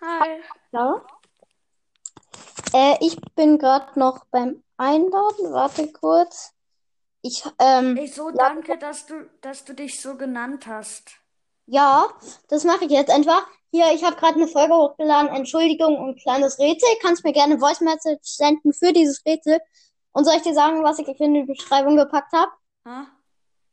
Hi. Ja. Äh, ich bin gerade noch beim Einladen. Warte kurz. Ich, ähm, Ich so la- danke, dass du, dass du dich so genannt hast. ja, das mache ich jetzt einfach. Hier, ich habe gerade eine Folge hochgeladen. Entschuldigung und kleines Rätsel. Kannst mir gerne Voice Message senden für dieses Rätsel. Und soll ich dir sagen, was ich in die Beschreibung gepackt habe? Ha?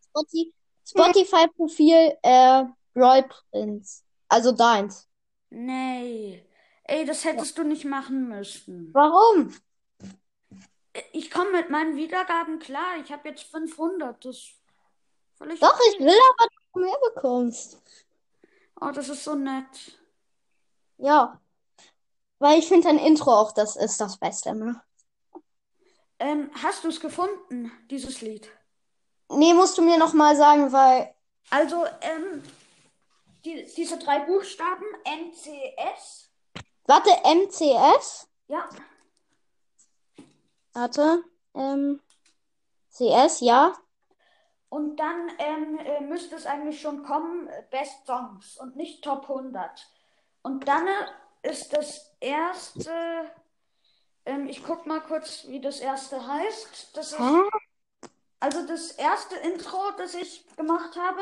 Spoti- Spotify-Profil, äh, Roy Prinz. Also deins. Nee. Ey, das Ja. hättest du nicht machen müssen. Warum? Äh, Ich komme mit meinen Wiedergaben klar. Ich habe jetzt 500. Das ist völlig Doch, ich okay. will aber, dass du mehr bekommst. Oh, das ist so nett. Ja, weil ich finde dein Intro auch, das ist das Beste, ne? Ähm, hast du es gefunden, dieses Lied? Nee, musst du mir noch mal sagen, weil Also, ähm, die, diese drei Buchstaben, NCS. warte, MCS, Ja. warte, ähm, CS, ja. Und dann ähm, äh, müsste es eigentlich schon kommen, äh, Best Songs und nicht Top 100. Und dann äh, ist das erste, ähm, ich guck mal kurz, wie das erste heißt. Das Hä? ist, also das erste Intro, das ich gemacht habe,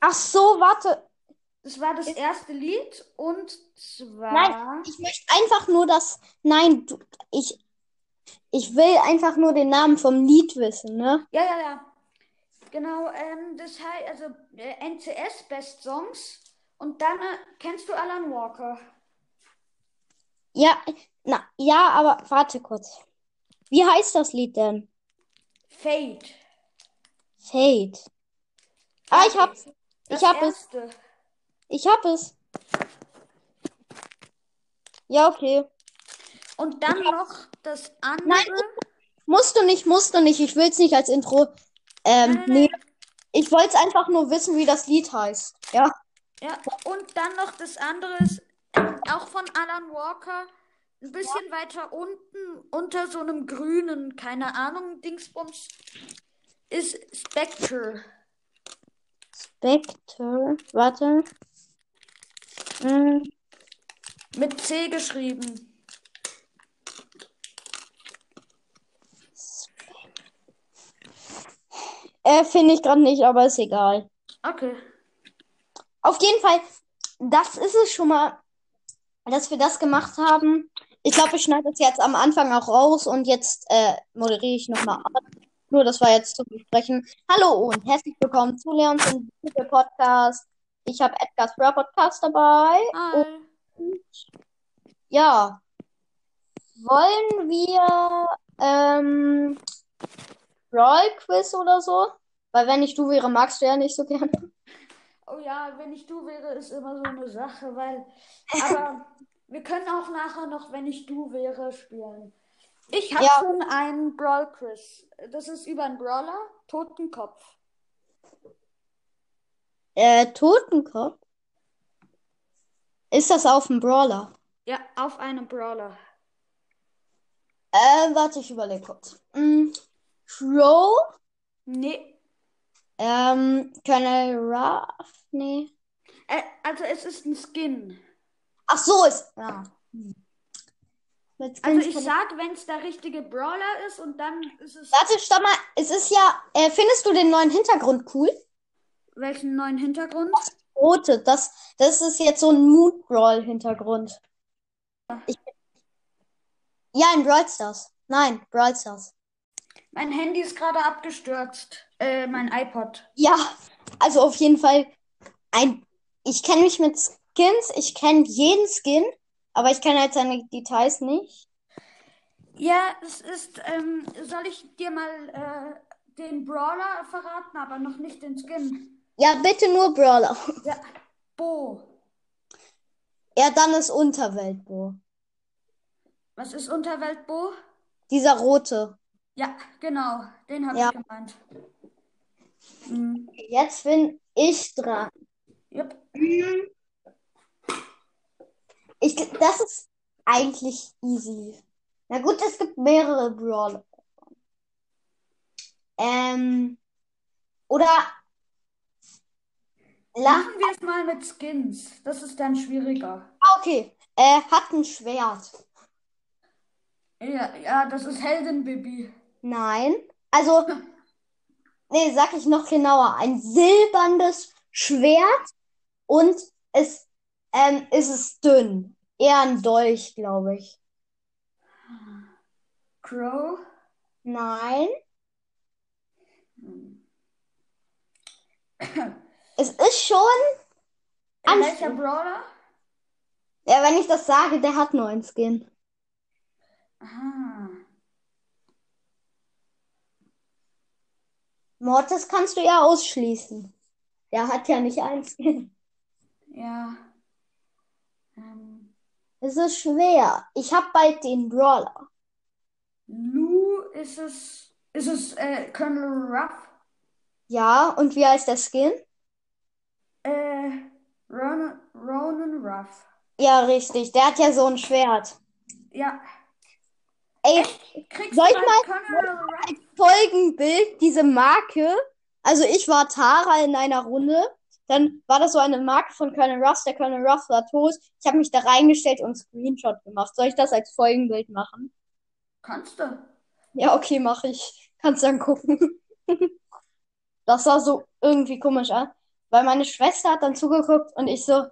Ach so, warte. das war das Ist, erste Lied und nein, zwar, ich möchte einfach nur das. Nein, du, ich ich will einfach nur den Namen vom Lied wissen, ne? ja, ja, ja, genau, ähm, das heißt, also äh, NCS Best Songs. Und dann, äh, kennst du Alan Walker? Ja, na, ja, aber warte kurz. Wie heißt das Lied denn? Fade, Fade. Ah, ich Fertig. hab's. Ich Das hab es. erste. Ich hab es. Ja, okay. Und Ich dann hab, noch das nein, andere. musst du nicht, musst du nicht. Ich will's nicht als Intro. Nee, Ähm, nee, nee. nee. Ich wollte es einfach nur wissen, wie das Lied heißt. Ja. Ja, und dann noch das andere ist ähm, auch von Alan Walker. Ein bisschen weiter unten, unter so einem grünen, keine Ahnung, Dingsbums, ist Spectre. Spectre. Warte. Mm, Mit C geschrieben. s- Äh, finde ich gerade nicht, aber ist egal. Okay. Auf jeden Fall, das ist es schon mal, dass wir das gemacht haben. Ich glaube, ich schneide das jetzt am Anfang auch raus und jetzt äh, moderiere ich nochmal ab. Nur, das war jetzt zu besprechen. Hallo und herzlich willkommen zu Leons und Google Podcast. Ich habe Edgar's Brawl Podcast dabei und Hi. ja. Wollen wir ähm, Rollquiz oder so? Weil wenn ich du wäre, magst du ja nicht so gerne. Oh ja, wenn ich du wäre, ist immer so eine Sache, weil. Aber wir können auch nachher noch, wenn ich du wäre, spielen. Ich habe Ja, schon einen Brawl Quiz. Das ist über einen Brawler, Totenkopf. äh, Totenkopf. Ist das auf dem Brawler? Ja, auf einem Brawler. Äh, warte, ich überlege kurz. Mm, Crow? Nee. Ähm, Colonel Ruff? Nee. Äh, also es ist ein Skin. Ach so, ist. Ja. Mit Also Skins ich kann ich. sag, wenn es der richtige Brawler ist und dann ist es. Warte, stopp mal. Es ist ja. Äh, findest du den neuen Hintergrund cool? Welchen neuen Hintergrund? Rote, das, das ist jetzt so ein Mood Brawl Hintergrund. Ich Ja, in Brawl Stars. Nein, Brawl Stars. Mein Handy ist gerade abgestürzt. Äh, mein iPod. Ja, also auf jeden Fall ein. Ich kenne mich mit Skins, ich kenne jeden Skin, aber ich kenne halt seine Details nicht. Ja, es ist. Ähm, soll ich dir mal äh, den Brawler verraten, aber noch nicht den Skin? Ja, bitte nur Brawler. Ja. Bo. Ja, dann ist Unterwelt, Bro. Was ist Unterwelt Bo? Dieser rote. Ja, genau. Den habe Ja, ich gemeint. Mhm. jetzt bin ich dran. Jupp. Hm, Ich, das ist eigentlich easy. Na gut, es gibt mehrere Brawler. Ähm, oder lach. Machen wir es mal mit Skins. Das ist dann schwieriger. Okay. Äh, hat ein Schwert. Ja, ja, das ist Heldenbaby. Nein. Also, nee, sag ich noch genauer. Ein silbernes Schwert und es ähm, ist es dünn. Eher ein Dolch, glaube ich. Crow? Nein. In Es ist schon. Alles welcher Brawler? Ja, wenn ich das sage, der hat nur ein Skin. Ah. Mortis kannst du ja ausschließen. Der hat ja nicht ein Skin. Ja. Ähm, Es ist schwer. Ich hab bald den Brawler. Lou ist es. Ist es äh, Colonel Ruff? Ja, und wie heißt der Skin? Äh, Ron, Ronan Ruff. Ja, richtig. Der hat ja so ein Schwert. Ja. Ey, Kriegst Soll du ich mal Colonel Ruff? Folgenbild, diese Marke. Also ich war Tara in einer Runde. Dann war das so eine Marke von Colonel Ruffs. Der Colonel Ruff war tot. Ich habe mich da reingestellt und Screenshot gemacht. Soll ich das als Folgenbild machen? Kannst du? Ja, okay, mache ich. Kannst dann gucken. Das sah so irgendwie komisch an, weil meine Schwester hat dann zugeguckt und ich so,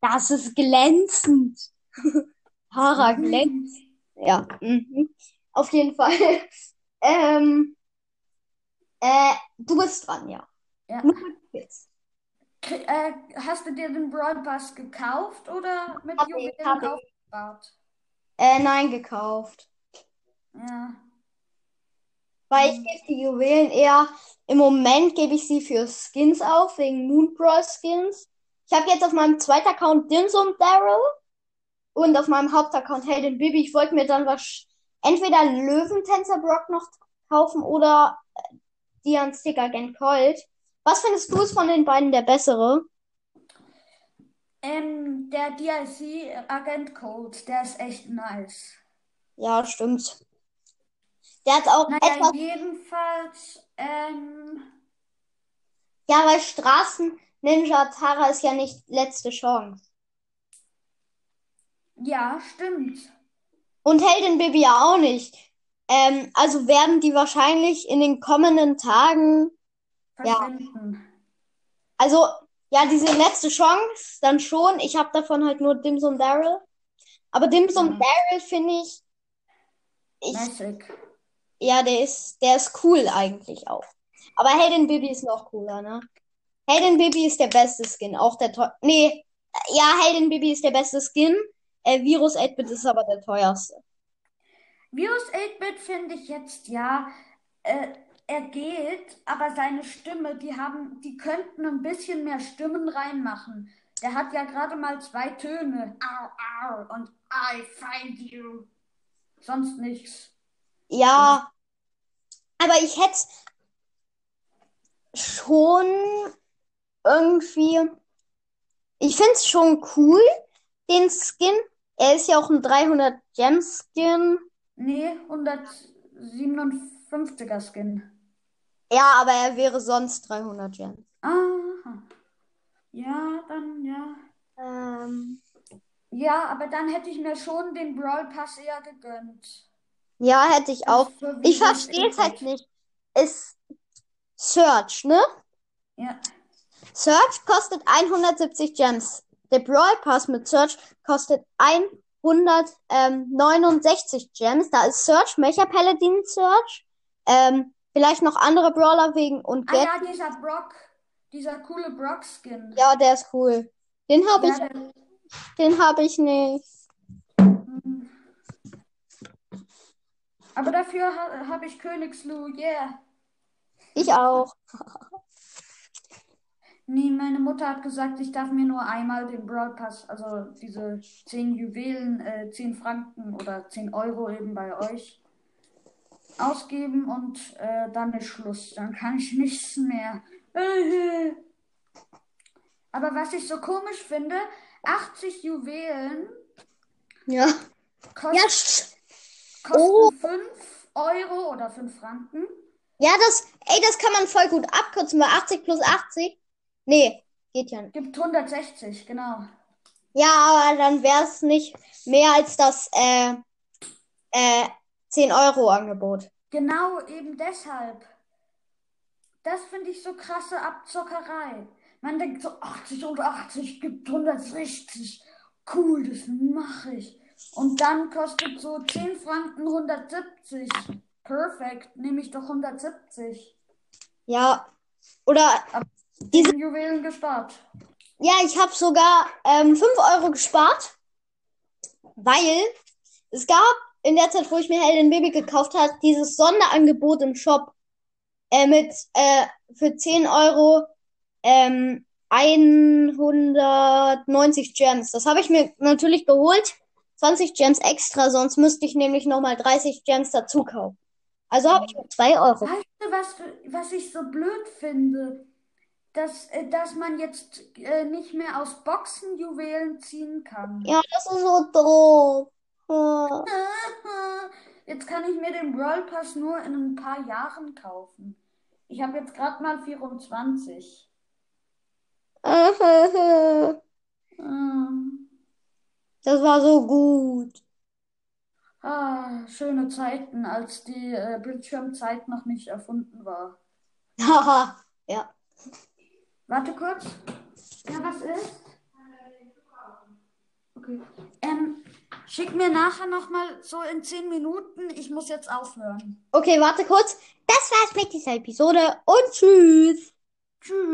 das ist glänzend. Tara glänzt. Hmm. Ja, mhm. Auf jeden Fall. Ähm, äh, du bist dran, ja. Ja. Jetzt. Krie- Äh, hast du dir den Brawl Pass gekauft oder mit Hab ich, Juwelen hab ich. aufgebaut? Äh, nein, gekauft. Ja. Weil ich gebe die Juwelen eher, im Moment gebe ich sie für Skins auf, wegen Moonbrawl Skins. Ich habe jetzt auf meinem zweiten Account Dimsum Daryl und auf meinem Hauptaccount Helden Bibi. Ich wollte mir dann was, entweder Löwentänzer Brock noch kaufen oder äh, Dian Stick Agent Colt. Was findest du ist von den beiden der bessere? Ähm, der DLC-Agent Cold, der ist echt nice. Ja, stimmt. Der hat auch Naja, etwas, jedenfalls, ähm, ja, weil Straßen Ninja Tara ist ja nicht letzte Chance. ja, stimmt. Und Heldin Baby ja auch nicht. Ähm, also werden die wahrscheinlich in den kommenden Tagen, Ja. Verschwinden. also ja, diese letzte Chance dann schon. Ich habe davon halt nur Dimsum Daryl. Aber Dimsum Mhm. Daryl finde ich, ich, Mäßig. ja, der ist, der ist cool eigentlich auch. Aber Heldin Baby ist noch cooler, ne? Heldin Baby ist der beste Skin, auch der teuer. Nee, ja, Heldin Baby ist der beste Skin. Äh, Virus 8-Bit ist aber der teuerste. Virus 8-Bit finde ich jetzt, ja, äh, er geht, aber seine Stimme, die haben, die könnten ein bisschen mehr Stimmen reinmachen. Der hat ja gerade mal zwei Töne. Au, au und I find you. Sonst nichts. Ja, aber ich hätte schon irgendwie. Ich finde es schon cool, den Skin. Er ist ja auch ein 300 Gem Skin. Nee, 157er Skin. Ja, aber er wäre sonst 300 Gem. Aha. Ja, dann ja. Ähm, Ja, aber dann hätte ich mir schon den Brawl Pass eher gegönnt. ja, hätte ich auch. Für Ich Virus verstehe es 8-Bit. halt nicht. Ist Search, ne? Ja. Search kostet 170 Gems. Der Brawl Pass mit Search kostet 169 Gems. Da ist Search, Mecha Paladin Search, ähm, vielleicht noch andere Brawler wegen und Ah Geld. ja, dieser Brock, dieser coole Brock-Skin. Ja, der ist cool. Den habe Ja, ich, der, den habe ich nicht. hm. aber dafür ha, habe ich Königslu, yeah. Ich auch. Nee, meine Mutter hat gesagt, ich darf mir nur einmal den Brawl Pass, also diese 10 Juwelen, äh, 10 Franken oder 10 Euro eben bei euch ausgeben und äh, dann ist Schluss. Dann kann ich nichts mehr. Äh. Aber was ich so komisch finde, 80 Juwelen Ja. kost, Ja, sch- kosten Oh. 5 Euro oder 5 Franken. ja, das, ey, das kann man voll gut abkürzen, weil 80 plus 80. Nee, geht ja nicht. Gibt 160, genau. Ja, aber dann wäre es nicht mehr als das äh, äh, 10-Euro-Angebot. Genau eben deshalb. Das finde ich so krasse Abzockerei. Man denkt so 80 und 80 gibt 160. Cool, das mache ich. Und dann kostet so 10 Franken 170. Perfekt, nehme ich doch 170. Ja. Oder, Diese- Diese Juwelen gespart. ja, ich habe sogar ähm, 5 Euro gespart, weil es gab in der Zeit, wo ich mir Helden Baby gekauft habe, dieses Sonderangebot im Shop äh, mit äh, für 10 Euro ähm, 190 Gems. Das habe ich mir natürlich geholt. 20 Gems extra, sonst müsste ich nämlich nochmal 30 Gems dazu kaufen. Also habe ich mir 2 Euro. Weißt du, was, was ich so blöd finde? Dass, äh, dass man jetzt äh, nicht mehr aus Boxen Juwelen ziehen kann. Ja, das ist so doof. Ja. Jetzt kann ich mir den World Pass nur in ein paar Jahren kaufen. Ich habe jetzt gerade mal 24. Ah. Ähm, Das war so gut. ah, schöne Zeiten, als die äh, Bildschirmzeit noch nicht erfunden war. Haha. Ja. Warte kurz. Ja, was ist? Okay. Ähm, schick mir nachher nochmal so in 10 Minuten. Ich muss jetzt aufhören. Okay, warte kurz. Das war's mit dieser Episode und tschüss. Tschüss.